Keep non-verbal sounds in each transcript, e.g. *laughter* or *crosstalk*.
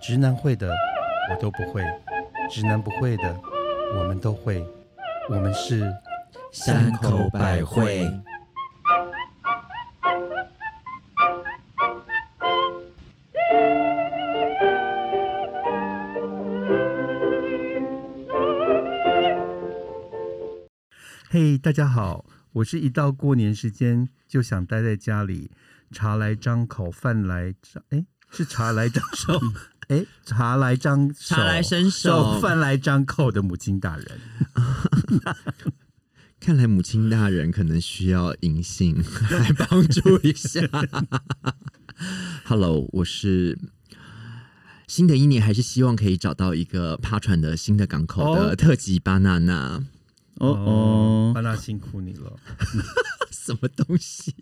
直男会的我都不会，直男不会的我们都会，我们是山口百惠。嘿大家好，我是一到过年时间就想待在家里，茶来张口，饭来张，哎，是茶来张手， *laughs* 哎，茶来张手，茶来伸手饭来张口的母亲大人。看来母亲大人可能需要银杏 *laughs* 来帮助一下。Hello，我是新的一年还是希望可以找到一个趴船的新的港口哦的特级巴娜娜，哦哦，巴娜辛苦你了。什么东西？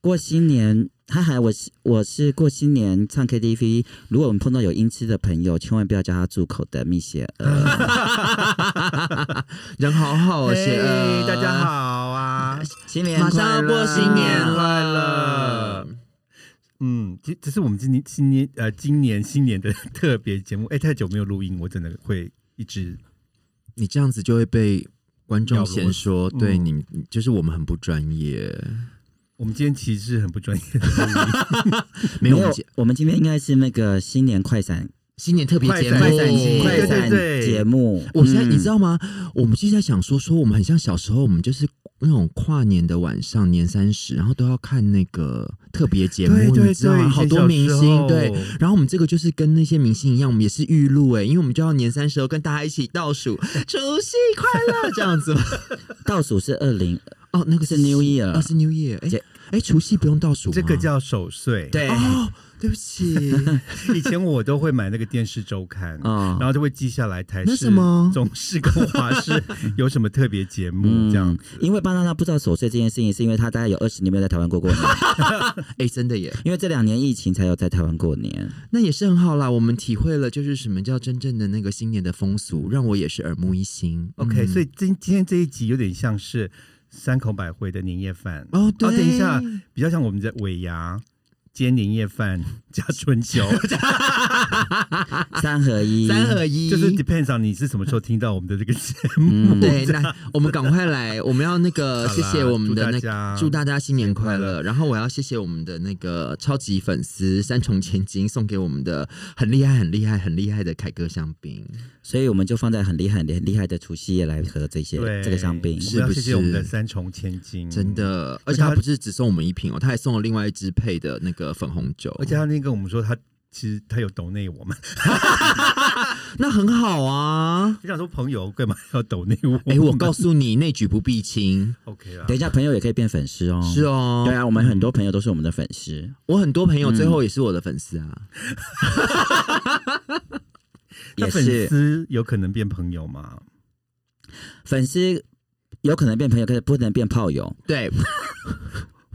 过新年，嗨嗨，我是我是过新年唱 KTV。如果我们碰到有音痴的朋友，千万不要叫他住口的蜜雪儿。人好好哦，谢嘿恩，大家好，啊，新年马上快要乐过新年快了乐。嗯，这这是我们今年新年呃今年新年的 *laughs* 特别节目。哎、太久没有录音，我真的会一直你这样子就会被观众嫌说，嗯对你就是我们很不专业。我们今天其实是很不专业的 *laughs* 录音，没没有，我们有节，我们今天应该是那个新年快闪新年特别节目，快快闪嗯闪节目快对对闪对节目。我现在嗯你知道吗？我们现在想说说，我们很像小时候，我们就是那种跨年的晚上，年三十，然后都要看那个特别节目，对对你知道对吗？以前好多小明时星候对。然后我们这个就是跟那些明星一样，我们也是预录哎，因为我们就要年三十后跟大家一起倒数，除夕快乐这 *laughs* 样子嘛。嗯倒数是二零，哦，那个是 New Year 哦是 New Year，哎这哎，除夕不用倒数吗，这个叫守岁。，对哦，对不 *laughs* 起，以前我都会买那个电视周刊。哦然，后就会记下来台嗯那视什么、中视跟华 *laughs* 视有什么特别节目嗯这样子。因为巴娜娜不知道守岁这件事情，是因为她大概有二十年没有在台湾过过年，哎，真的耶，因为这两年疫情才有在台湾过年。那也是很好啦，我们体会了就是什么叫真正的那个新年的风俗，让我也是耳目一新。嗯 OK，、嗯所以今今天这一集有点像是山口百惠的年夜饭，哦，对，等一下比较像我们的尾牙煎年夜饭加春 *laughs* 秋，三合一，三合一就是 depends on 你是什么时候听到我们的这个节目。嗯，对，那我们赶快来，我们要那 *laughs* 个好啦谢谢我们的那祝大家个，祝大家新年快新年快乐。然后我要谢谢我们的那个超级粉丝三重千金送给我们的很厉害、很厉害、很厉害的凯歌香槟。嗯所以我们就放在很厉害、很厉害的除夕夜来喝这些对，这个香槟我。是们要不谢谢我们的是三重千金，真。的，而而且且他他不是只送我们一瓶哦，他还送了另外一支配的那个粉红酒，而且他那个我们说他其实他有抖内我们， *laughs* 那很好啊。就想说朋友干嘛要抖内我？哎，我告诉你，内举不避亲， *laughs* OK 啦等，一下，朋友也可以变粉丝哦。啊是哦，哦对。啊，我们很多朋友都是我们的粉丝，我很多朋友最后也是我的粉丝啊，那也粉是丝有可能变朋友吗？粉丝有可能变朋友，可是不能变 *laughs* 炮友。。对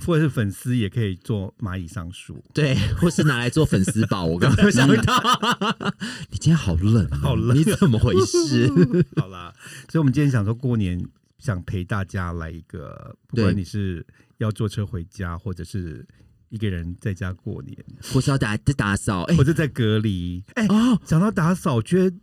或者是粉丝也可以做蚂蚁上树？对，或是拿来做粉丝宝。我刚刚想到， *laughs* 你今天好冷哦，好冷你怎么回事？好啦，所以我们今天想说过年想陪大家来一个，不管对你是要坐车回家，或者是一个人在家过年，我是要打在打扫，哎、或者在隔离。哎、哦讲到打扫，我觉得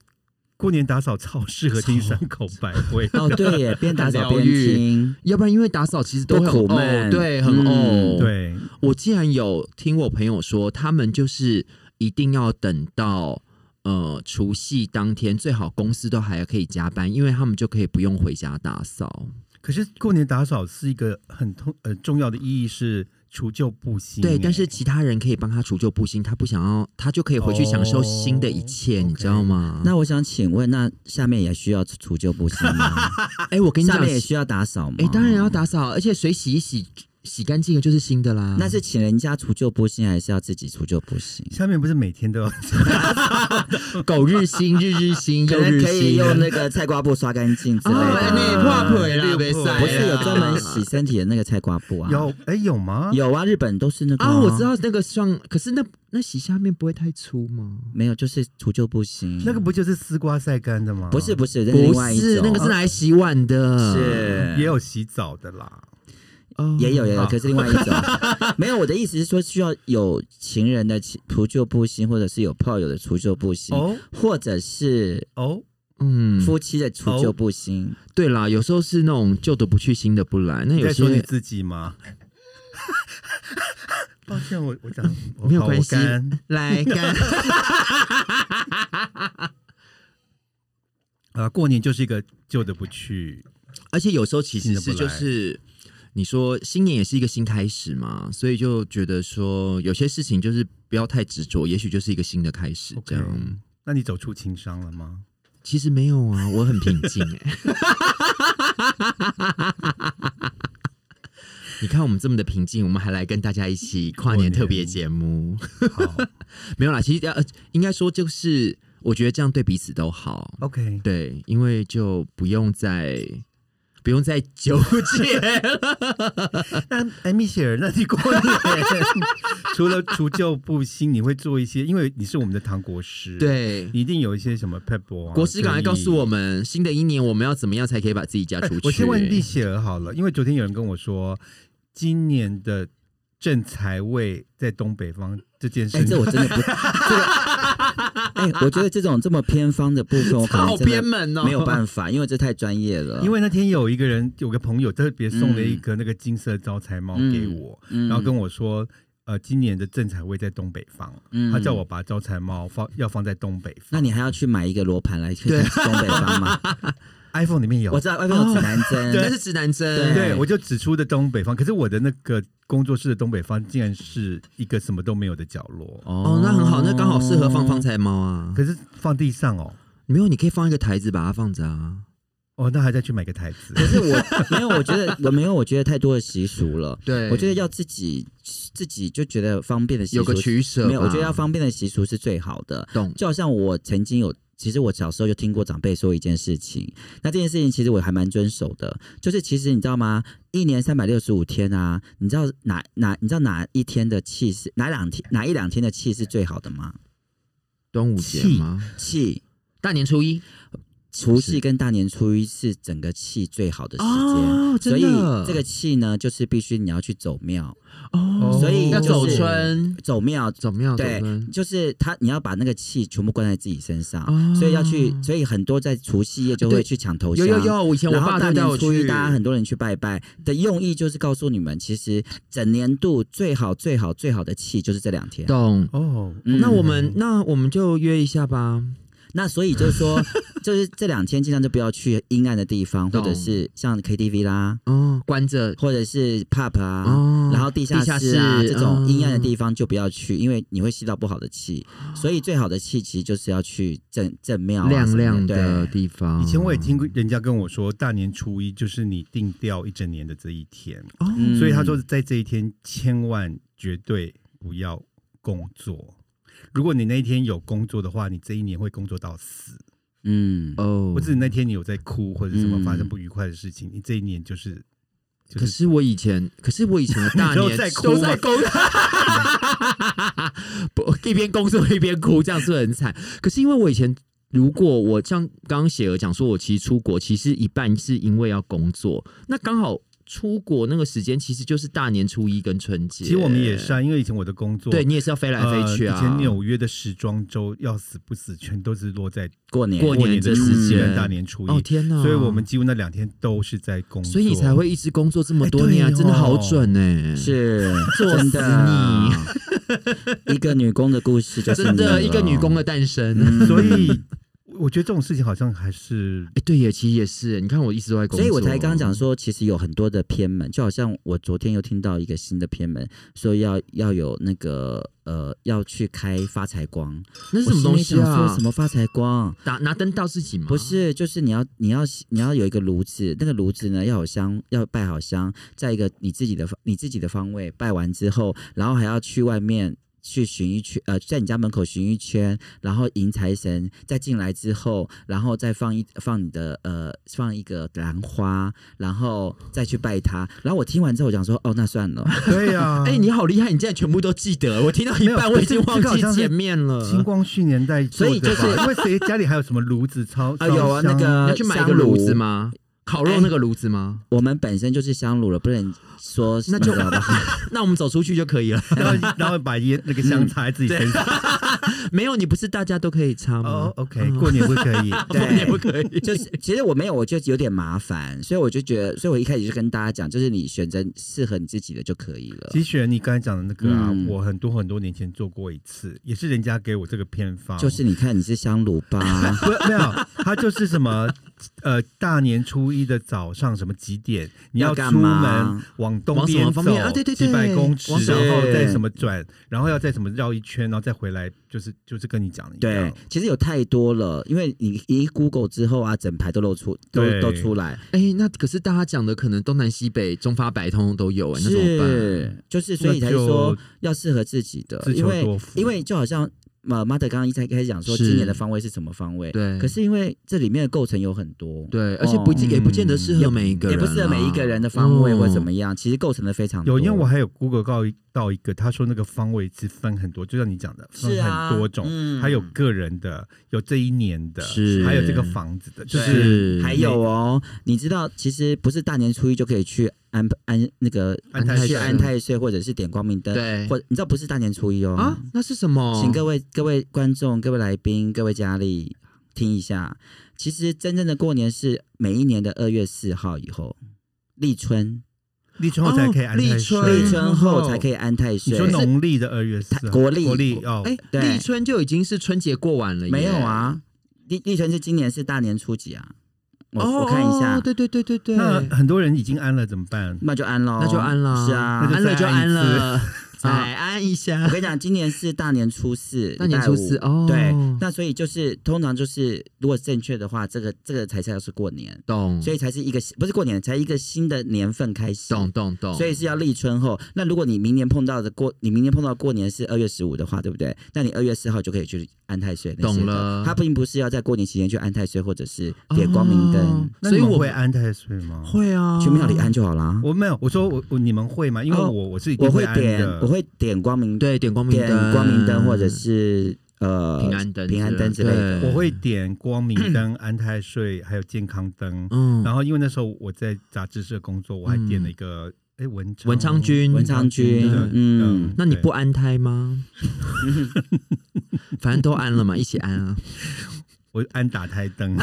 过年打扫超适合听山 *laughs* 口百惠 *laughs* 哦，对耶，边打扫边疗愈听，要不然因为打扫其实都会很都苦闷哦对，很嗯哦、，对，我竟然有听我朋友说，他们就是一定要等到。呃，除夕当天最好公司都还可以加班，因为他们就可以不用回家打扫。可是过年打扫是一个很通呃重要的意义是除旧布新。对，哎但是其他人可以帮他除旧布新，他不想要，他就可以回去享受新的一切，哦你知道吗？那我想请问，那下面也需要除旧布新吗？哎、 *laughs* 我跟你下讲，面也需要打扫吗？哎、当然要。打扫，而且水洗一洗，洗干净了就是新的啦。那是请人家除旧布新，还是要自己除旧布新？下面不是每天都要狗日新，日日新，可又能日啊可以新。用那个菜瓜布刷干净之类啊，的。你破腿啦，别晒啦不是有专哎门洗身体的那个菜瓜布啊？有哎、有吗？有啊，日本都是那个啊？我知，道那个上，可是那那洗下面不会太粗吗？没有就是除旧布新。那个不就是丝瓜晒干的吗？不是不是，那不另外一是，种那个是拿来洗碗的。是也有洗澡的啦。哦也有也有，好可是另外一种没有。我的意思是说，需要有情人的情除旧布新，或者是有炮友的除旧布新，哦或者是哦，嗯，夫妻的除旧布新。对啦，有时候是那种旧的不去，新的不来。那你有在说你些自己吗？ *laughs* 抱歉，我我讲我 *laughs* 没有好关系干来 *laughs* 干，啊，过年就是一个旧的不去，而且有时候其实新是的不就来是。你说新年也是一个新开始嘛，所以就觉得说有些事情就是不要太执着，也许就是一个新的开始这样。 OK 那你走出情商了吗？其实没有啊，我很平静 *laughs* 哎、你看我们这么的平静，我们还来跟大家一起跨年特别节目，好没有啦。其实呃，应该说就是，我觉得这样对彼此都好， ，OK，对，因为就不用再不用再纠 *laughs* 结了。那哎，米歇尔，那你过年除了除旧布新，你会做一些？因为你是我们的糖果师，，对，你一定有一些什么 pebble 啊。国师赶建快告议诉我们，新的一年我们要怎么样才可以把自己嫁哎出去？我先问蜜雪儿好了，因为昨天有人跟我说，今年的正财位在东北方这件事哎，情，这我真的不这个。哎，我觉得这种这么偏方的部分，我可好能真偏的门哦，没有办法，因为这太专业了。因为那天有一个人，有个朋友特别送了一个那个金色招财猫给我，嗯，然后跟我说。呃，今年的正财位在东北方，嗯他叫我把招财猫放要放在东北那方。你还要去买一个罗盘来去东北方吗？ iPhone 里面有我，知道外面有指南针，对，那是直男针，对对我就指出的东北方，可是我的那个工作室的东北方竟然是一个什么都没有的角落，哦，那很好，那刚好适合放方才猫啊。可是放地上哦，没有，你可以放一个台子把它放着啊。哦，那还再去买个台子。可是我没有，我觉得我没有，我觉得太多的习俗了。对我觉得要自己自己就觉得方便的习俗有个取舍吧，没有，我觉得要方便的习俗是最好的。懂。就好像我曾经有，其实我小时候就听过长辈说一件事情，那这件事情其实我还蛮遵守的，就是其实你知道吗？一年三百六十五天啊，你知道哪哪你知道哪一天的气是哪两天哪一两天的气是最好的吗？端午节气吗？气。大年初一除是夕跟大年初一是整个气最好的时间，哦真所以的这个气呢，就是必须你要去走庙，哦所以要就走是春，走庙，走庙走对春，就是他你要把那个气全部灌在自己身上，哦所以要去，所以很多在除夕夜就会对去抢头香，有有有，我以前我然爸后都大带年我初一，去，大家很多人去拜拜的用意就是告诉你们，其实整年度最好、最好、最好的气就是这两天。懂。哦，嗯那我们那我们就约一下吧。那所以就 *laughs* 是说，就是这两天尽量就不要去阴暗的地方，或者懂是像 KTV 啦，哦，关着或者是 pub 啊，哦然后地下地下室啊室这种阴暗的嗯哦地方就不要去，因为你会吸到不好的气。所以最好的气其实就是要去正正庙、啊、亮亮什么的的。对地方。以前我也听嗯过人家跟我说，大年初一就是你定掉一整年的这一天，哦嗯所以他说在这一天千万绝对不要工作。如果你那一天有工作的话，你这一年会工作到死，嗯，哦，或者你那天你有在哭或者什么嗯发生不愉快的事情，你这一年就是就是可是我以前，可是我以前的大 *laughs* 你都年在哭都吗在工作， *laughs* 不一边工作一边哭，这样是不是很惨。可是因为我以前，如果我像刚刚雪儿讲说，我其实出国其实一半是因为要工作，那刚好出国那个时间其实就是大年初一跟春节。其实我们也是啊，因为以前我的工作对你也是要飞来飞去啊。呃以前纽约的时装周要死不死，全都是落在过年过过年年这的时初一跟间，大年初一，哦天哪！所以我们几乎那两天都是在工作，所以你才会一直工作这么多年啊，哎对哦真的好准欸呢、是作真的死， *laughs* 一个女工的故事就是真的你一了个女工的诞生。所以我觉得这种事情好像还是哎、对耶，其实也是。你看我一直都在工作，所以我才刚讲说，其实有很多的偏门，就好像我昨天又听到一个新的偏门，说要要有那个呃，要去开发财光，那是什么东西我心里想啊说什？么发财光？打拿灯照自己吗？不，是，就是你要你要你要有一个炉子，那个炉子呢要有香，要拜好香，在一个你自己的方你自己的方位拜完之后，然后还要去外面。去巡一圈，呃，在你家门口巡一圈，然后迎财神，再进来之后，然后再放一放你的呃，放一个兰花，然后再去拜他。然后我听完之后，我讲说，哦，那算了，对呀、 *laughs* 哎、你好厉害，你竟然全部都记得。我听到一啊没半，有我已经忘这个好记像是前面了。清光绪年代做的吧，所以就是因为谁家里还有什么炉子超啊，有啊，那烧香个你要去买一香个炉炉子吗？烤肉那个炉子吗？我们本身就是香炉了，不能说那就好吧？ *laughs* 那我们走出去就可以了。然后然后把烟那个嗯香插在自己身上。没有，你不是大家都可以插吗哦？，OK，过嗯年不可 *laughs* 以。对过年不可以。就是其实我没有，我觉得有点麻烦，所以我就觉得，所以我一开始就跟大家讲，就是你选择适合你自己的就可以了。其实你刚才讲的那个啊，嗯我很多很多年前做过一次，也是人家给我这个偏方，？就是你看你是香炉吧 *laughs* 不没有，他就是什 *laughs* 么呃，大年初一的早上什么几点，你要干出门嘛往东往什么边方走面啊对对几百对公尺，往然后对再什么转，然后要再什么绕一圈，然后再回来，就是就是跟你讲的一对样。，其实有太多了，因为你一 Google 之后啊，整排都露出，都对都出来，哎、那可是大家讲的可能东南西北、中发白通通都有哎、那怎么办？是，就是所以才那就说要适合自己的，自求因多为福因为就好像呃，马德刚刚一开开始讲说是今年的方位是什么方位，对可是因为这里面的构成有很多，对，而且不、哦也不见得适合每一个也人啦，不适合每一个人的方位或怎嗯么样，其实构成的非常啊多。有，因为我还有 Google 告一到一个，他说那个方位是分很多，就像你讲的，分是啊很多种，嗯还有个人的，有这一年的，是还有这个房子的，就嗯对是还有哦，你知道，其实不是大年初一就可以去安安那个安太岁去安太岁，或者是点光明灯，对或你知道不是大年初一哦。啊，那是什么？请各位各位观众、各位来宾、各位家里听一下，其实真正的过年是每一年的二月四号以后，立春，立春后才可以安哦立太春岁立春后才可以。以安太你岁说。农历的二月四号，国历国历哦，哎、对立春就已经是春节过完了耶，没有啊，立立春是今年是大年初几啊？我、哦？我看一下哦，对对对对对，那很多人已经安了怎么办？那就安喽，那就安啦，是啊那就，安了就再按一安次 *laughs* 了，再啊安一我下。跟你讲，今年是大年初四，大年礼拜五初四哦对，那所以就是通常就是，如果正确的话，这个这个才叫是过年，懂，所以才是一个不是过年，才一个新的年份开始。嗯懂懂懂，所以是要立春后。那如果你明年碰到的过，你明年碰到过年是二月十五的话，对不对？那你二月四号就可以去安太岁那些的。懂了他并不是要在过年期间去安太岁，或者是点光明灯，那哦所以你们我会安太岁吗？会啊，去庙里安就好啦。哦我没有，我说我我你们会吗？因为哦我我是一定我会安点，我的。会点光明，对点光明点灯，光明灯或者是呃平安灯之类的、平安灯之类的。对我会点光明灯、 *clears throat* 安太岁，还有健康灯。嗯然后因为那时候我在杂志社工作，我还点了一个哎文昌文昌君，文昌君的嗯那你对不安胎吗？嗯反正都安了嗯嘛，一起安啊。我安打胎灯，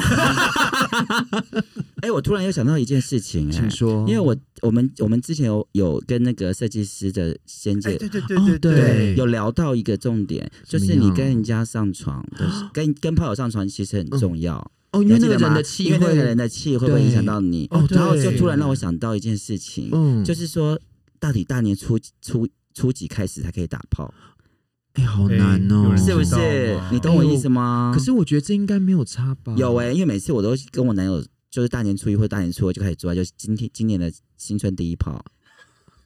*laughs* 哎、我突然又想到一件事情、哎请说，因为我我们我们之前有有跟那个设计师的仙哎姐对对哦对对对，有聊到一个重点，什就么是你样跟人家上床的 *gasps* 时，跟跟炮友上床其实很重要，哦，因为你还记那个得吗人的气因为那个人会，的气会不会影响到你？哦然后就对突然让我想到一件事情，嗯，就是是说，到底大年初初初几开始才可以打炮？哎，好难哦哎，是不知道是吗？你懂我意思吗？哎可是我觉得这应该没有差吧？有哎、因为每次我都跟我男友。就是大年初一或大年初二就开始做爱，就是今天今年的新春第一炮，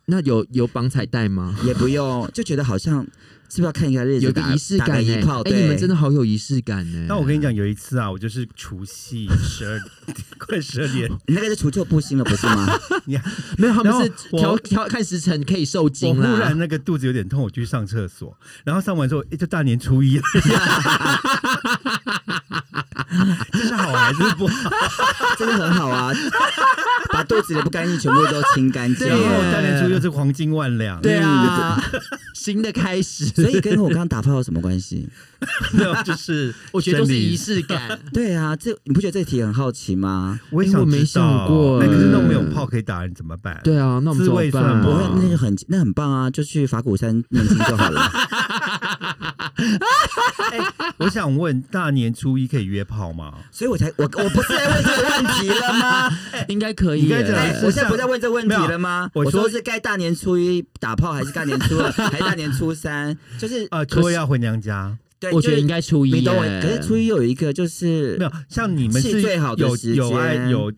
那有有绑彩带吗？也不用就觉得好像是不是要看一个日有子一个打仪式打感个一哎，炮？哎，你们真的的好有仪式感欸呢。那我跟你讲，有一次啊，我就是除夕十二快十二点， *laughs* 那个是除旧布新了，不是吗？你没有，他们然后是我调调看时辰可以受我精忽啦然。那个肚子有点痛，我去上厕所，然后上完之后，哎、就大年初 *laughs* 一了，这是好还是不好？真的很好啊， *laughs* 把肚子里不干净全部都清干净对。然后耶大年初一又是黄金万两，对啊， *laughs* 新的开始，所以跟我刚刚打炮有什么关系？ *laughs* 然后 *laughs* 就是我觉得都是仪生式感。对啊，这你不觉得这题很好奇吗？理，我也哎想我没知道想过那可是哎那没有炮可以打，你怎么办？ *laughs* 对啊，那我们滋怎么味办算啊？不不会，那就很那很棒啊，就去法鼓山念经就好了。 *laughs* 我想问，大年初一可以约炮吗？所以我才我我不是在问这个问题了吗？应该可以欸耶。应该这样哎，我现在不在问这个问题了吗？啊没有我我说说是该大年初一打炮，还是大年初 *laughs* 二，还是大年初三？就是呃，初二要回娘家，对，我觉得应该该初一欸耶。哎你懂我。可是初一有一个就是没有像你们是是最好的有时有爱间有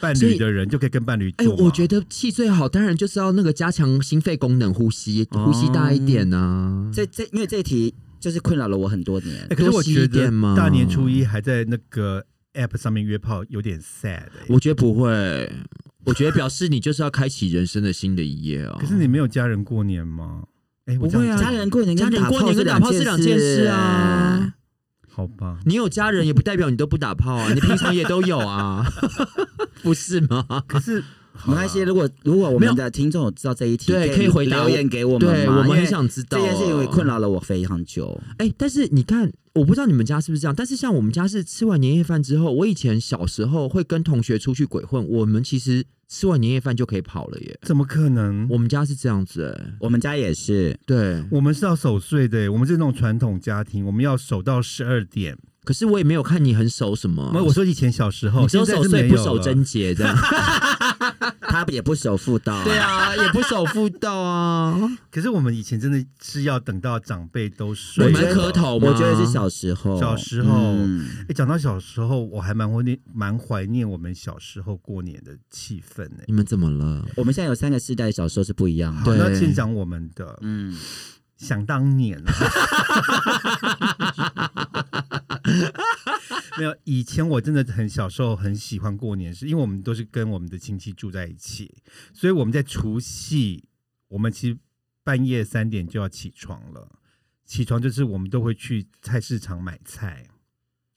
伴所侣以的人就可以跟伴侣哎，做吗。我觉得气最好，当然就是要那个加强心肺功能，呼吸哦呼吸大一点啊。这这，因为这一题就是困扰了我很多年欸。可是多我吸觉一得点嘛大年初一还在那个 App 上面约炮，有点 sad、欸。我觉得不会，我觉得表示你就是要开启人生的新的一页啊。可是你没有家人过年吗？哎、我不会啊这样家人过年家跟人打过年跟打炮是两件事啊哎。好好吧，你有家人也不代表你都不打炮啊，你平常也都有 *laughs* 啊，不是吗？可 *laughs* 是啊没关系，如果如果我没有们的听众有知道这一题，对可以回答我留言给我们对吗我们因为很想知道这件事情，哦也困扰了我非常久。哎、但是你看，我不知道你们家是不是这样，但是像我们家是吃完年夜饭之后，我以前小时候会跟同学出去鬼混，我们其实吃完年夜饭就可以跑了耶。怎么可能？我们家是这样子、哎，我们家也是，对。我们是要守岁的欸耶，我们是那种传统家庭，我们要守到十二点。可是我也没有看你很熟什么，没有，我说以前小时候，哦你只有现在守是岁没不有守了贞洁这样。他也不守妇道、 *laughs* 对，啊，也不守妇道 *laughs* 啊。可是我们以前真的是要等到长辈都睡我了，们磕头吗？我觉得是小时候，小时候嗯哎诶。讲到小时候，我还蛮怀念，蛮怀念我们小时候过年的气氛欸呢、你们怎么了？我们现在有三个世代，小时候是不一样的。好，那对先讲我们的，嗯，想当年啊， *laughs* 没有以前我真的很小时候很喜欢过年，是因为我们都是跟我们的亲戚住在一起，所以我们在除夕，我们其实半夜三点就要起床了。起床就是我们都会去菜市场买菜，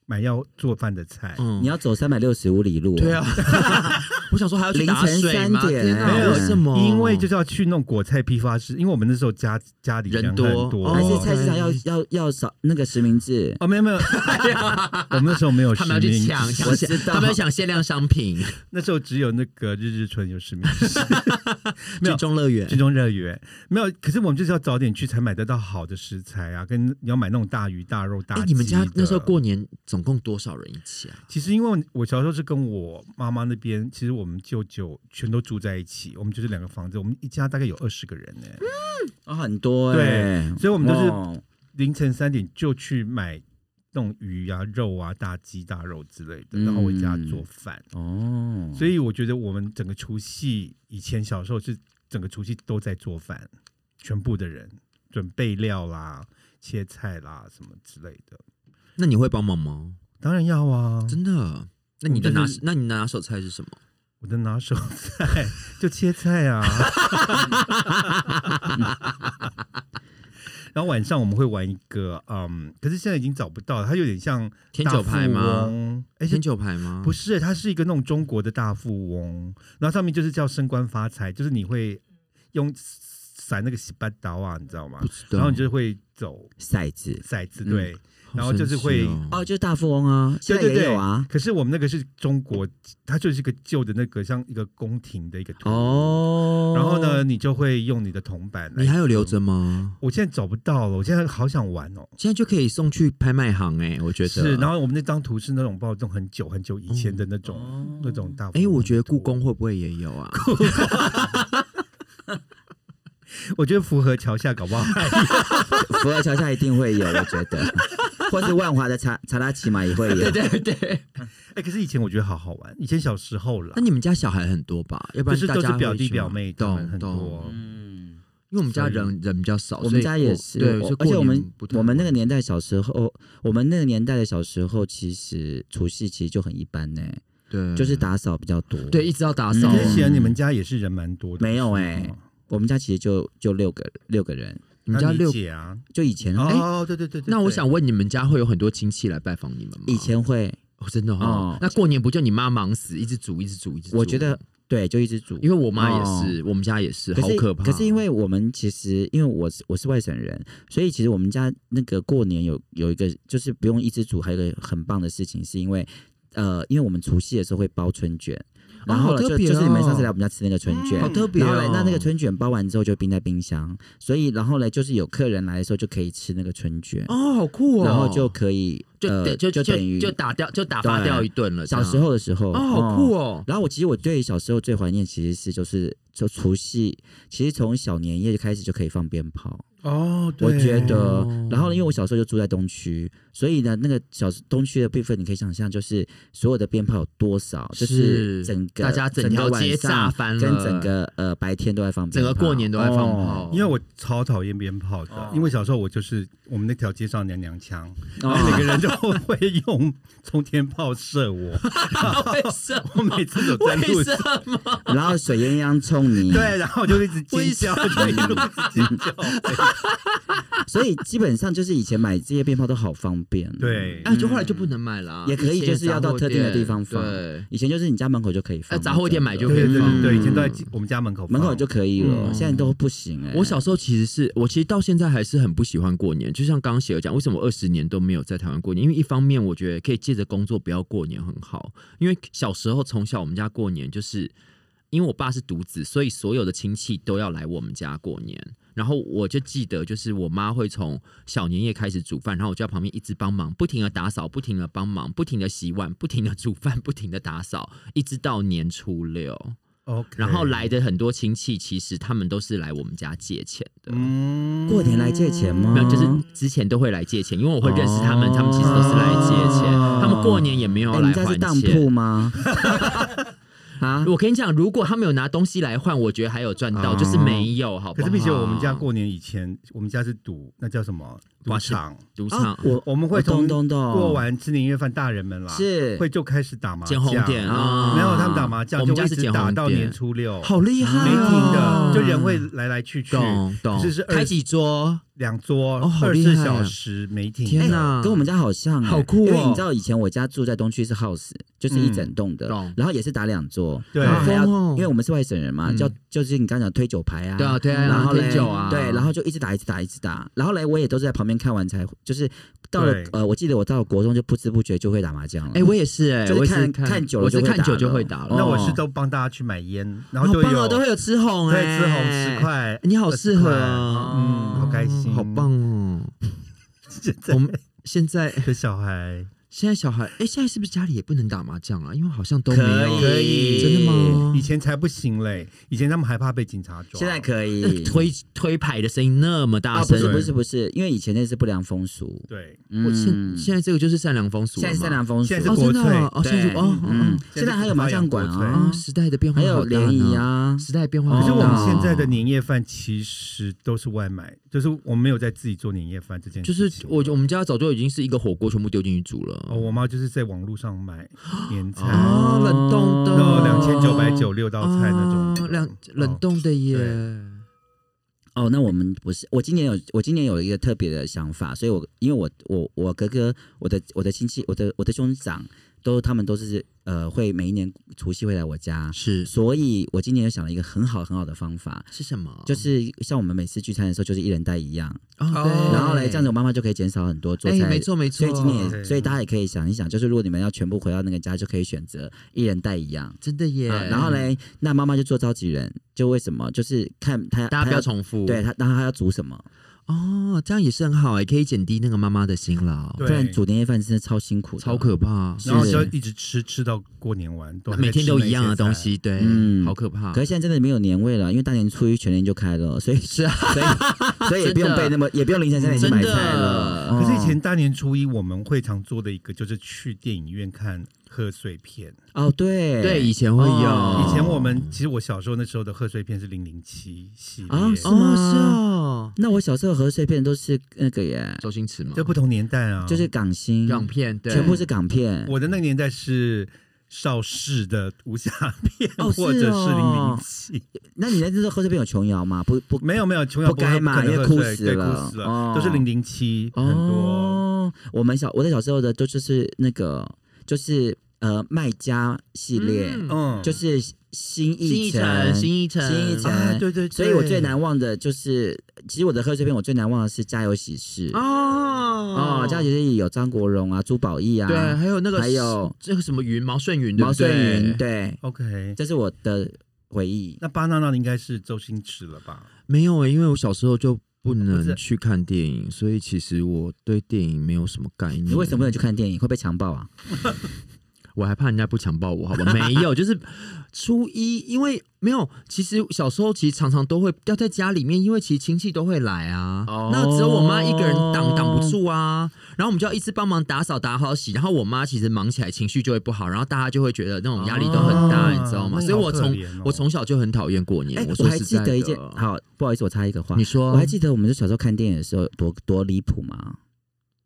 买要做饭的菜。嗯你要走三百六十五里路，对啊， *laughs* 我想说还要去打水吗？凌晨三点天哪没有为什么？因为就是要去那种果菜批发市，因为我们那时候家家里人人很多哦还是哦菜市场要 OK 要要扫那个实名制？哦，没有没有，我们那时候没有实他名制，们要去抢，我抢知道他们要抢限量商品，那时候只有那个日日春有实名制， *laughs* 没有去中乐园军。中热园没有。可是我们就是要早点去才买得到好的食材啊，跟你要买那种大鱼大肉大哎鸡，的。你们家那时候过年总共多少人一起啊？其实因为我小时候是跟我妈妈那边，其实我们舅舅全都住在一起，我们就是两个房子，我们一家大概有二十个人呢、哦，很多对哎、所以我们都是哦凌晨三点就去买那种鱼啊、肉啊、大鸡、大肉之类的，嗯然后回家做饭。哦，所以我觉得我们整个除夕以前小时候是整个除夕都在做饭，全部的人准备料啦、切菜啦什么之类的。那你会帮忙吗？当然要啊，真的？那你的我拿就是那你的拿手菜是什么？我的拿手菜就切菜啊。 *laughs* 然后晚上我们会玩一个，嗯，可是现在已经找不到了，它有点像天大九牌富吗？翁？哎，天九牌吗？不是，它是一个那种中国的大富翁，然后上面就是叫升官发财，就是你会用散那个洗把刀啊，你知道吗不？知道。然后你就会走骰子骰子嗯对，好然后就是会神奇哦哦，就是大富翁啊，现对在对也对有啊。可是我们那个是中国，它就是一个旧的那个像一个宫廷的一个图，哦，然后呢，你就会用你的铜板来。你还有留着吗？我现在找不到了，我现在好想玩哦。现在就可以送去拍卖行哎、我觉得是，然后我们那张图是那种包种很久很久以前的那种、那种大富翁哎、的图。我觉得故宫会不会也有啊？我觉得符合桥下，搞不好还福尔桥下一定会有，我觉得，或是万华的查查拉奇马也会有。对对哎、可是以前我觉得好好玩，以前小时候啦那，你们家小孩很多吧？要不不然是大都家是会表弟去吗表妹，他们懂很懂。多。嗯，因为我们家所以人人比较少，我哦所们以家也过是，对，我所以而且过我们年不太我们那会个年代小时候，我们那个年代的小时候，其实除夕其实就很一般呢、对，就是打扫比较多。嗯对，一直要打嗯扫哎啊可懂。是显然你们家也是人蛮多的，没有不是哎吗我们家其实就就六个六嗯个人，你们家那六，姐啊？就以前、哦，对对对对。那我对想，问你们家会有很多亲戚来拜访你们吗？以前会，哦真的哦哦，那过年不就你妈忙死，一直煮，一直煮，一直煮。我觉得对，就一直煮因。为我妈也是，我们家也是，可好是可怕。哦是因为我们其实因为我是我是外省人，所以其实我们家那个过年有有一个就是不用一直煮，还有一个很棒的事情，是因为呃，因为我们除夕的时候会包春卷，然后哦好呢特就、别就是你们上次哦来我们家吃那个春卷，好特别嗯然后哦嘞，，那那个春卷包完之后就冰在冰箱，所以然后嘞，就是有客人来的时候就可以吃那个春卷，哦，好酷哦，然后就可以就呃、就就就等于就打掉就打发对掉一顿了。小这样时候的时候哦，好酷哦。哦，然后我其实我对小时候最怀念其实是就是就除夕，其实从小年夜就开始就可以放鞭炮，哦，我对觉得哦。然后呢，因为我小时候就住在东区，所以呢，那个小东区的部分你可以想象，就是所有的鞭炮有多少，就是是整个大家整整个条晚街上炸翻了跟整个呃白天都在放鞭整炮，个过年都在放哦炮，因为我超讨厌鞭炮的，哦因为小时候我就是我们那条街上娘娘腔，哦每个人都会用冲天炮射我，*laughs* 啊为什么？我每次走在路为上什，么？然后水 *laughs* 鸳鸯冲你，对，然后我就一直尖叫，就一路一直尖叫。所以基本上就是以前买这些鞭炮都好方便。对哎，就后来就不能买了啊，嗯也可以一些就是要到特定的地方杂货店对，以前就是你家门口就可以呃放这种的，杂货店买就对可以对对对放对，嗯以前都在我们家门口放门口就可以了，嗯现在都不行哎。我小时候其实是我其实到现在还是很不喜欢过年，就像刚刚写的讲，为什么二十年都没有在台湾过年？因为一方面我觉得可以借着工作不要过年很好，因为小时候从小我们家过年就是因为我爸是独子，所以所有的亲戚都要来我们家过年。然后我就记得，就是我妈会从小年夜开始煮饭，然后我就在旁边一直帮忙，不停的打扫，不停的帮忙，不停的洗碗，不停的煮饭，不停的打扫，一直到年初六。 OK，然后来的很多亲戚，其实他们都是来我们家借钱的。嗯过年来借钱吗哎没有，就是之前都会来借钱，因为我会认识他们，哦他们其实都是来借钱，哦他们过年也没有哎，来你还家是当钱 *laughs* 铺。吗？啊，我跟你讲，如果他们有拿东西来换，我觉得还有赚到，哦就是没有，好不可好？是毕竟我们家过年以前，我们家是赌那叫什么赌哇是场，赌哦场，啊我我们会从我懂懂懂过完吃年夜饭，大人们啦是会就开始打麻捡红将，点啊啊，没有他们打麻我将们就家一是直捡打红到点年初六，好厉害，没停的，哦就人会来来去去，懂懂，可是是二哎开几桌，两桌哦好二十厉四害啊小时没停的，天哪跟我们家好像、欸，啊好酷哦嗯因为你知道以前我家住在东区是 house，就是一整栋的、懂然后也是打两桌，对然后还要、好疯哦因为我们是外省人嘛，嗯就就是你刚讲推酒牌啊，对啊对啊，然后嘞喝酒啊，对，然后就一直打一直打一直打，然后嘞我也都是在旁边看完才，就是到了对呃，我记得我到了国中就不知不觉就会打麻将了，哎，我也是哎，就是我也看看看久了我是就会看打久就了会打了。那我是哦都帮大家去买烟，然后好就棒哦，有都会有吃红对哎，吃红十块，你好适合20块哦嗯，好开心，好棒哦！ *laughs* 现在我们现在的小孩现在小孩，哎，现在是不是家里也不能打麻将啊？因为好像都没可有，以可以真的？吗以？前才不行嘞，以前他们还怕被警察抓，现在可以那。推推牌的声音那么哎啊，大不声是，对不是不是，因为以前那是不良风俗。对，我嗯，现现在这个就是善良风俗现了嘛，在是善良风俗，现在是哦，国真的粹哦哦，现在对就哦，嗯嗯，现在还有麻将馆现在是啊哦，，时代的变化还有好大呢联谊，啊，时代的变化可好大是哦。我们现在的年夜饭其实都是外卖，就是我们没有在自己做年夜饭这件就事是情。我我们家早就已经是一个火锅全部丢进去煮了，哦，我妈就是在网络上买年菜，啊，冷冻的，哦然后两千九百九六道菜那啊种，冷冷哦。冻的耶。哦，那我们不是，我今年有我今年有一个特别的想法，所以我因为我我我哥哥，我的我的亲戚，我的我的兄长都他们都是呃会每一年除夕会来我家，是所以我今年又想了一个很好很好的方法，是什么？就是像我们每次聚餐的时候，就是一人带一样，哦，对然后嘞这样子我妈妈就可以减少很多做哎，菜。没错没错，所以今年也，对所以大家也可以想一想，就是如果你们要全部回到那个家，就可以选择一人带一样。真的耶。啊然后，嗯嘞，那妈妈就做召集人，就为什么？就是看她，大家不她要重复。对她，然后她要煮什么？哦，这样也是很好哎，可以减低那个妈妈的辛劳，对不然煮年夜饭真的超辛苦的，超可怕。然后是就一直吃，吃到过年完，都还在每天都吃那一样的些啊菜东。西，对，嗯好可怕可。是现在真的没有年味了，因为大年初一全年就开了，所以 *laughs* 是啊，所 *laughs* 以所以也不用真的备那么，也不用凌晨三点去买真菜的了。可哦是以前大年初一我们会常做的一个就是去电影院看贺岁片。哦，对对，以前会哦有，以前我们其实我小时候那时候的贺岁片是零零七系列，啊是哦是哦，那我小时候贺岁片都是那个耶，周星驰嘛就，不同年代啊，就是港星，嗯港片，对，嗯全部是港片。我的那个年代是邵氏的武侠片，哦 *laughs* 或者是是零零哦七，那你那时候贺岁片有琼瑶吗？不不，没有没有，琼瑶不该嘛可能因为贺哭岁死对了哭死了，哦都是零零七很多，哦，我们小我在小时候的都就是那个就是呃卖家系列，嗯嗯，就是新新一一城，新一城，新一城啊，对对，对所以我最难忘的就是，其实我的贺岁片我最难忘的是《家有喜事》哦哦，《家有喜事》有张国荣啊、朱宝意啊，对，还有那个还有这个什么云毛顺云，对毛不对舜筠，对， OK。这是我的回忆。那巴娜娜应该是周星驰了吧？没有诶、欸因为我小时候就不不是能去看电影，所以其实我对电影没有什么概念。你为什么不能去？看电影？会被强暴啊？我还怕人家不强暴我，好吧？没 *laughs* 有，就是初一，因为没有。其实小时候其实常常都会要在家里面，因为其实亲戚都会来啊。哦那只有我妈一个人挡挡不住啊。然后我们就要一直帮忙打扫、打好洗。然后我妈其实忙起来情绪就会不好，然后大家就会觉得那种压力都很大，哦你知道吗？那你所以好我可从、怜哦我从小就很讨厌过年。哎，嗯说还实记在得一的件，好，不好意思，我插一个话你，说我还记得我们就小时候看电影的时候多多离谱吗？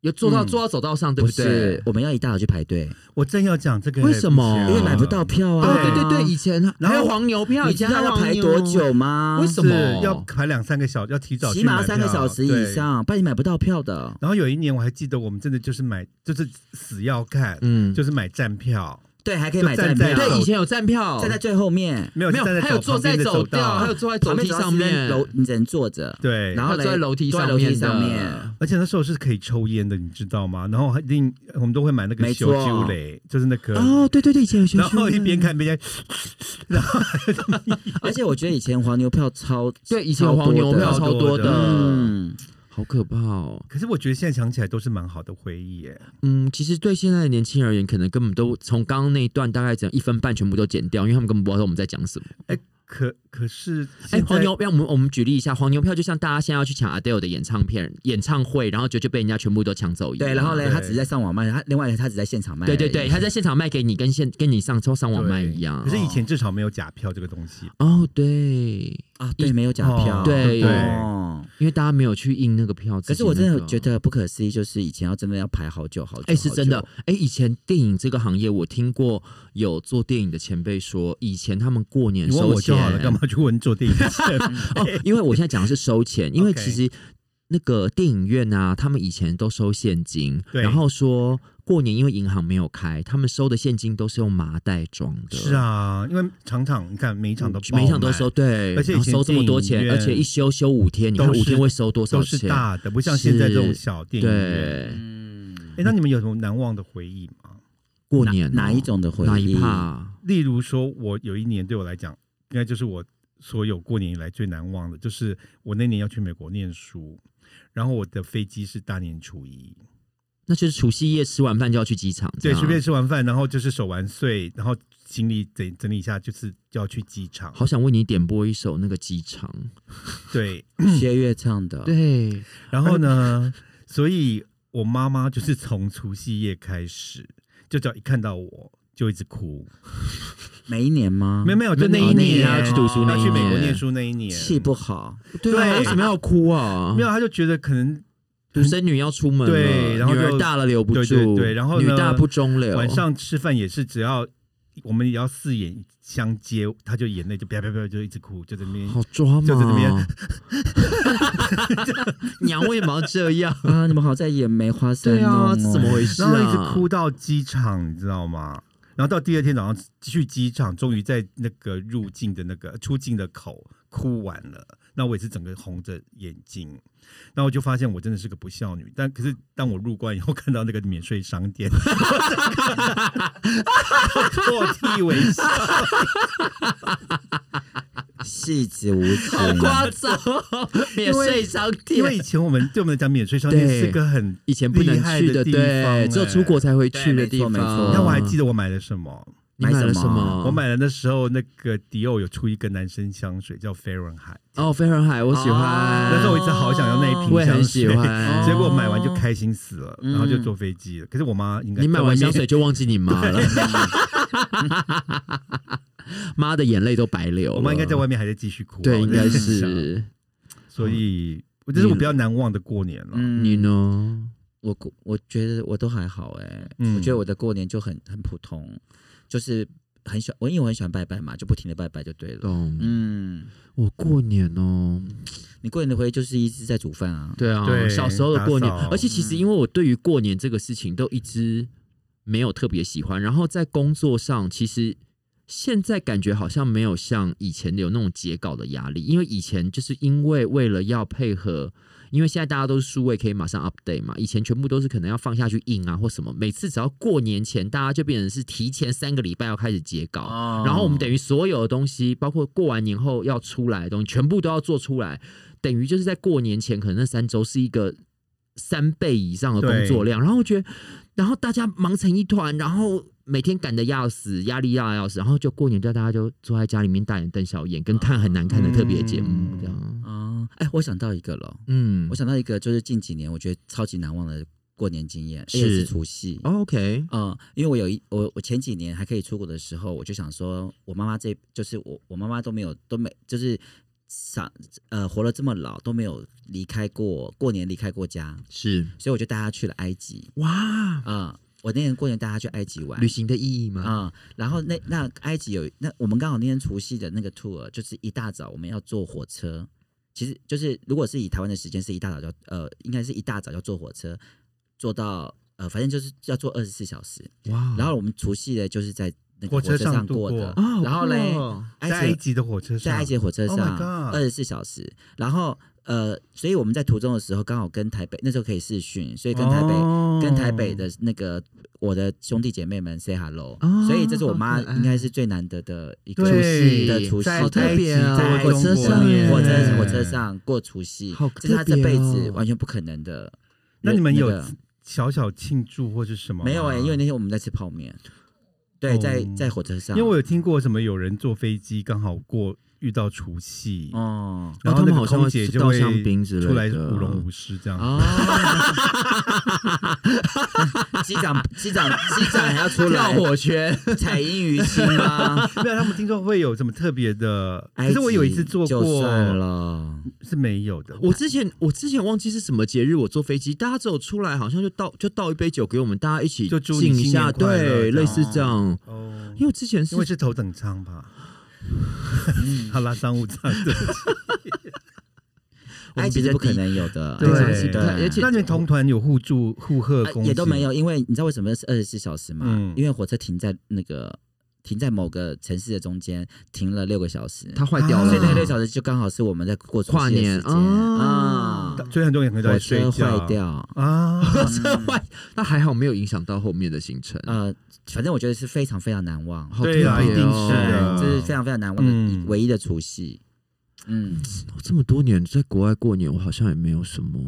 有做到嗯做到走道上，对不对是？，我们要一大早去排队，我正要讲这个，为什么哎因为买不到。票对啊。哦，对对对，以前然还后有黄牛票，你以知前道还有要黄排牛啊哦多？久吗？为什是么要排两三个小时，要提早去起码买三个票小时以。对上，不然你买不到票的。然后有一年我还记得，我们真的就是买，就是死要看，嗯，就是买站票，对，还可以就买站站在票，走对，以前有站票，站在最后面，没有没就站有，在还有坐在旁边的走走道，还有坐在旁楼边梯主要上是在面，楼你只能坐着。对，然还后有坐在嘞楼梯坐在上楼梯面上的面而且那时候是可以抽烟的，你知道吗？然后还另我们都会买那个没小错酒嘞，就是那个，哦，对对对，以前有学然后一边看一边而且我觉得以前黄牛票超对以前有黄牛票超超多多的的，嗯，好可怕哦。可是我觉得现在想起来都是蛮好的回忆耶。嗯，其实对现在的年轻人而言，可能根本都从刚刚那一段大概整一分半全部都剪掉，因为他们根本不知道我们在讲什么。可可是哎、现在黄牛，让我们我们举例一下，黄牛票就像大家现在要去抢 Adele 的演唱片、演唱会，然后就就被人家全部都抢走一样。对，然后嘞，哎对他只是在上网卖，他另外他只在现场卖而对已。对对，他在现场卖给你，跟现跟你上上网对卖一样可。是以前至少没有假票这个东西。哦，对，啊，对，没有假哦票，对哦。因为大家没有去印那个票、可是我真的得。觉得不可思议，就是以前要真的要排好久好久，哎、是好真的久。。哎、以前电影这个行业，我听过有做电影的前辈说，以前他们过年你问收我就钱好了，干嘛去问做电 *laughs* 影的前辈？ *laughs* 哦，因为我现在讲的是收钱，因为 OK 其实那个电影院啊，他们以前都收现金，对然后说过年因为银行没有开，他们收的现金都是用麻袋装的。嗯是，啊，因为场场你看每一场都爆每一场都满收，对，而且以然后前收这么多电影钱，院而且一休休五天，你看都是五天会收多少都是钱？大的，不像现在这种是小电影院。对，嗯，哎，那你们有什么难忘的回忆吗？过年哦哪一种的回忆？哪一趴？例如说，我有一年对我来讲，应该就是我所有过年以来最难忘的，就是我那年要去美国念书，然后我的飞机是大年初一，那就是除夕夜吃完饭就要去机场，啊对，这样随便吃完饭，然后就是守完岁，然后行李整整理一下，就是就要去机场。好想为你点播一首那个机场，啊对， *clears throat* 薛岳唱的。对，然后呢，所以我妈妈就是从除夕夜开始，就只要一看到我。就一直哭，每一年吗？没有没有，就那一一年年要去读书那要一去美国年念书那一年，气 *laughs* 不好，对啊，对为什么要哭啊？没有，他就觉得可能独生女要出门嗯了，对然后就女儿大了留不住，对对对然后呢女大不中留，晚上吃饭也是，只要我们也要四眼相接，他就眼泪就啪啪啪就一直哭，就在那边。好抓嘛，就在那边 *laughs* *laughs* 娘为什么要这样？啊！你们好在也没花生对啊，弄哦怎么回事然后啊？一直哭到机场，你知道吗？然后到第二天早上去机场，终于在那个入境的那个出境的口哭完了。那我也是整个红着眼睛，然后我就发现我真的是个不孝女。但可是当我入关以后，看到那个免税商店，我整个 *laughs* 我破涕为笑。戏子无啊 *laughs* 情？好夸张哦，免税商店，因为以前我们对我们来讲，免税商店对是个很以前不能去厉害的地方哎对，只有出国才会去的对地没错没方错。那我还记记得我买了什么？你买了什买什么么？我买了那时候那个迪奥有出一个男生香水叫飞轮海，哦，飞轮海，我喜欢。哦哦那时候我一直好想要那一啊我瓶也香很喜水，欢。哦结果买完就开心死了，嗯然后就坐飞机了。可是我妈应该你买在外完面香水，就忘记你妈 *laughs* 了， *laughs* 妈的眼泪都白流了。我妈应该在外面还在继续哭啊。对，应我该在想是嗯所以我这是我比较难忘的过年了。嗯你呢？我过我觉得我都还好哎、嗯我觉得我的过年就很很普通，就是很喜欢我，因为我很喜欢拜拜嘛，就不停的拜拜就对了。懂。嗯，我过年哦，你过年的回忆就是一直在煮饭啊，对啊，对小时候的过年打扫，啊而且其实因为我对于过年这个事情都一直没有特别喜欢，然后在工作上其实。现在感觉好像没有像以前有那种截稿的压力，因为以前就是因为为了要配合，因为现在大家都是数位可以马上 update 嘛，以前全部都是可能要放下去印啊或什么，每次只要过年前，大家就变成是提前三个礼拜要开始截稿，哦然后我们等于所有的东西，包括过完年后要出来的东西，全部都要做出来，等于就是在过年前，可能那三周是一个三倍以上的工作量。然后我觉得，然后大家忙成一团，然后每天赶得要死，压力大得要死，然后就过年就大家就坐在家里面大眼瞪小眼，跟看很难看的特别节目嗯这样。啊，哎、我想到一个了，嗯我想到一个就是近几年我觉得超级难忘的过年经验，是也是除夕。哦，OK，嗯，因为我有一我我前几年还可以出国的时候，我就想说，我妈妈这就是我我妈妈都没有都没就是长呃活了这么老都没有离开过过年离开过家，是所以我就带他去了埃及哇，啊、我那年过年带他去埃及玩旅。行的意义吗？啊、然后那那埃及有那我们刚好那天除夕的那个 tour 就是一大早我们要坐火车，其实就是如果是以台湾的时间是一大早就要呃应该是一大早要坐火车，坐到呃反正就是要坐二十四小时，哇，然后我们除夕呢就是在那个嗯火火车车上上度过过的，啊好然后酷嘞哦在埃埃及及的火车上，在埃及的火车 Oh 上 my god 二十四小时，然后呃，所以我们在途中的时候，刚好跟台北那时候可以视讯，所以跟台北、哦跟台北的那个我的兄弟姐妹们 say hello，、哦所以这是我妈好可爱应该是最难得的一个对除夕的除夕在好特别哦埃在及火中车国上耶火车火车。上过除夕好，这是她这特别辈哦子完全不可能的。那你们有那个小小庆祝或是什么吗？没有哎、因为那天我们在吃泡面，对，在哦在火车上，因为我有听过什么有人坐飞机刚好过遇到除夕，哦。然哦后他那个们好像空会姐吃就稻会香冰之类出来的舞龙舞狮这样。哦， *laughs* 机长，机长，机长还要 *laughs* 出来圈，彩音娱星吗？没有，他们听说会有什么特别的， *laughs* 可埃是我有一次及做就算过了，是没有的。我之前我之前忘记是什么节日，我坐飞机，大家只有出来好像就倒就倒一杯酒给我们大家一起就祝你敬一新下，年快乐对，这类样似这样。哦，因为我之前是因为是头等舱吧？嗯好啦，商务舱。对不起我埃们比及较是不可低能有的，对埃及是对不可能而且那你们同团有互助互贺呃攻击、也都没有，因为你知道为什么是二十四小时吗？嗯因为火车停在那个停在某个城市的中间，停了六个小时，它坏掉啊了，所以那个六小时就刚好是我们在过除夕嗯跨的年时间啊啊， *laughs* 所以很多人可能都火哦在睡车觉坏掉。啊。这坏，那还好没有影响到后面的行程。啊呃，反正我觉得是非常非常难忘，好对啊特别一定哦是的对，这是非常非常难忘的一嗯唯一的除夕。嗯，我哦这么多年在国外过年，我好像也没有什么。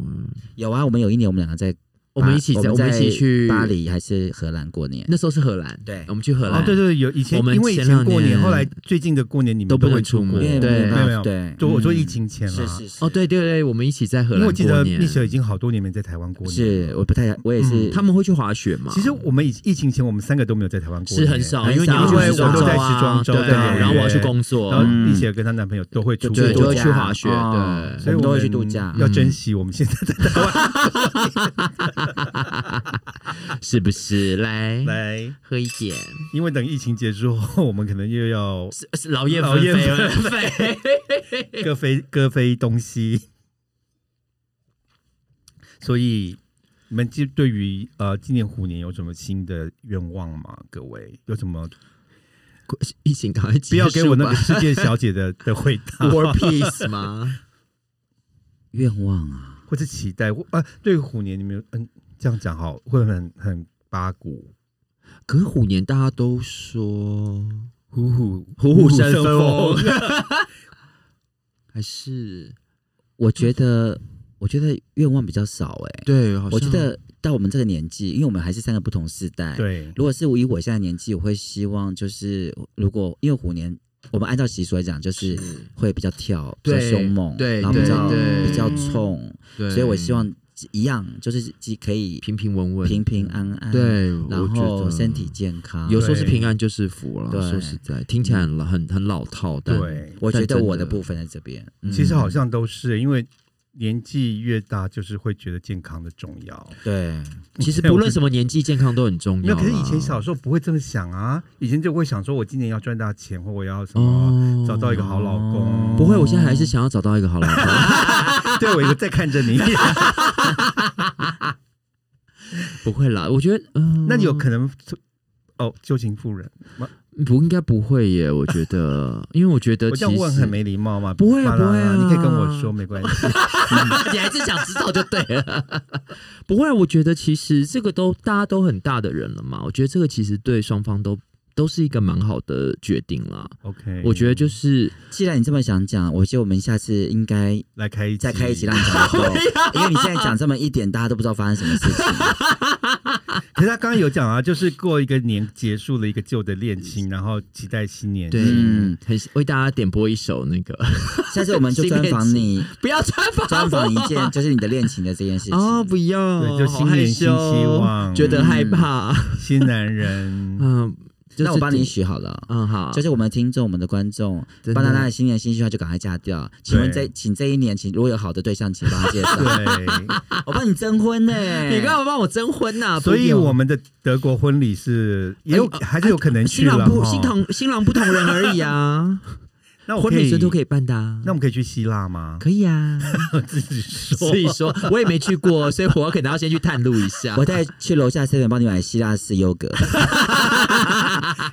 有啊，我们有一年我们两个在我们一起在，在我们一起去巴，黎还是荷兰过年，那时候是荷兰，对我们去荷哦兰，，对对对，有以前我们因为以前前两过年后来最近的过年你们都不会能出国门因为对没没有没办法有对，就我说嗯疫情前是啦，是是哦，对对对，我们一起在荷因为兰我记得过年蜜。雪已经好多年没在台湾过年，是，我不太，我也是，嗯他们会去滑雪吗？其实我们以疫情前，我们三个都没有在台湾过是年，很少，因为你很们少去因为我州都在啊时装周对，对对然后我要去工作，然后嗯丽姐跟她男朋友都会出就对，国，就度哦会假去滑雪，哦对。所以我我们都会去度假要珍惜我们现在在台湾。是不是？来来，喝一点，因为等疫情结束后，我们可能又要是是劳燕劳分燕飞，分劳燕分飞 *laughs* 各飞各飞东西， *laughs* 所以你们就对于呃今年虎年有什么新的愿望吗？各位有什么？疫情赶快不要给我那个世界小姐的的回 *laughs* 答， War Peace 吗？愿望啊，或者期待，或呃，对于虎年你们有嗯这样讲好，会很很八股，可是虎年大家都说虎虎虎虎生风风， *laughs* 还是我觉得，我觉得愿望比较少哎、对，好像我觉得到我们这个年纪，因为我们还是三个不同世代，。对，如果是以我现在年纪，我会希望就是，如果因为虎年，我们按照习俗来讲，就是会比较跳，比较对凶猛，对然后比较对对比较冲，对，所以我希望一样就是既可以平平稳稳，平平安安，，对，我然觉后得身体健康。有时候是平安就是福了。对说实在，听起来很老很很老套，但对我觉但得真我的的部分在这边，嗯其实好像都是因为年纪越大，就是会觉得健康的重要。对，其哎实不论什么年纪，健康都很重没有，要啦。可是以前小时候不会这么想啊，以前就会想说，我今年要赚大钱，或我要什么，哦啊找到一个好老公不会，我现在还是想要找到一个好老 *laughs* 公。 *laughs* 对我一个在看着 *laughs* 你。嗯不会啦，我觉得，嗯，那你有可能哦，旧情妇人吗？不应该不会耶？我觉得，因为我觉得我其这实样问很没礼貌吗？呃不会啊巴拉拉不会啊你可以跟我说没关系。 *laughs* 你还是想知道就对了。 *laughs* 不会啊，我觉得其实这个都大家都很大的人了嘛，我觉得这个其实对双方都都是一个蛮好的决定啦。 OK， *laughs* 我觉得就是既然你这么想讲，我觉得我们下次应该来开一再开一集让你 *laughs* 讲得够，因为你现在讲这么一点，大家都不知道发生什么事 *laughs* 情。可是他刚刚有讲啊，就是过一个年结束了一个旧的恋 *laughs* 情，然后期待新年。对，嗯很为大家点播一首那个， *laughs* 下次我们就专访你，不要穿法专访一件就是你的恋情的这件事情。哦，不要，对就好新害年新希羞望嗯觉得害怕。 *laughs* 新男人嗯，就是那我帮你顶许好了。嗯好，就是我们的听众、我们的观众，真帮的大家的新年新希望就赶快嫁掉。请问这对请这一年，请如果有好的对象，请 *laughs* 帮他介啊绍，对，我帮你征婚呢、你干嘛帮我征婚呐、所以不用我们的德国婚礼是也有哎还是有可能去新了郎不哈新同新郎不同人而已啊， *laughs* 那我婚可礼以谁都可以办的、啊那。我们可以去希腊吗？可以 *laughs* 啊，自己说所以说我也没去过，所以我可能要先去探路一下。我带去楼下 seven 帮你买希腊式 *laughs* 优格，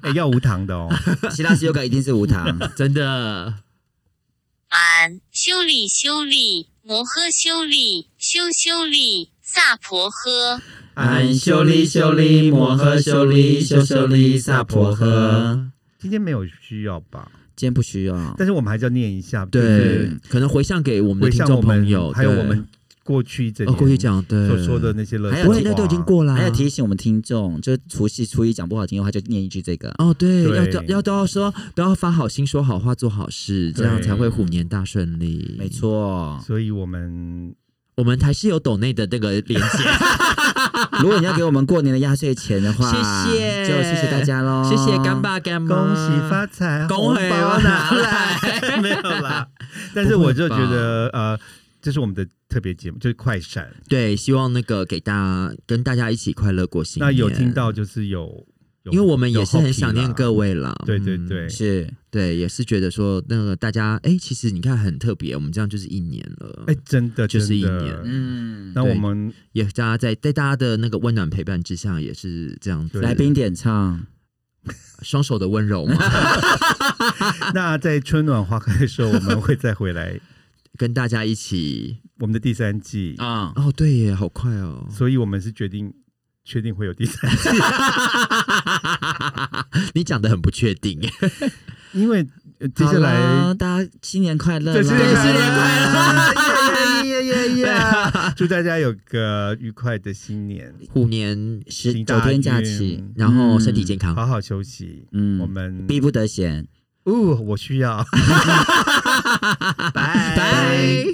哎，要无糖的哦。希腊式优格一定是无 *laughs* 糖。真的，俺修理修理摩诃修理修修理萨婆诃。俺修利修利摩诃修利修修利萨婆诃。今天没有需要吧？今天不需要，但是我们还是要念一下，就是对，可能回向给我们的回听向众我朋友，们，还有对我们过去这哦，过去讲对所说的，那些乐还色有不话，会，那都已经过了啊，还有提醒我们听众，就是除夕初一讲不好听的话，就念一句这个。哦，对，对要都要都要说，都要发好心，说好话，做好事，这样对才会虎年大顺利。没，错，所以我们我们还是有抖内的那个 *laughs* 连接。如果你要给我们过年的压岁钱的话， *laughs* 谢谢，就谢谢大家喽，谢谢干。爸干妈，哦恭喜发财，恭红喜包拿拿来， *laughs* 没有啦。但是我就觉不会吧得，呃，这是我们的特别节目，就是快闪。对，希望那个给大家跟大家一起快乐过新那年。有听，到就是有，有因为我们也是有很想念 happy 啦各位啦。对对嗯对是，对，也是觉得说那个大家，哎，其实你看很特别，我们这样就是一年了，哎，真的就是一真的年嗯，那我们也大家在在大家的那个温暖陪伴之下，也是这样子，对来宾点唱，双手的温柔嘛，那在春暖花开的时候，我们会再回来跟大家一起。我们的第三季，啊、哦，对耶，好快 *laughs* 哦。所以我们是决定确定会有第三季， *laughs* 你讲的很不确定，因为呃接下好来啦大家新年快乐啦，对新年新年快乐啊乐，耶耶耶耶耶！ *laughs* 祝大家有个愉快的新年，虎年十行九大天假运嗯期，然后身体健康。好好休息。嗯我们逼不得闲。 *laughs* 哦，我需要，拜拜。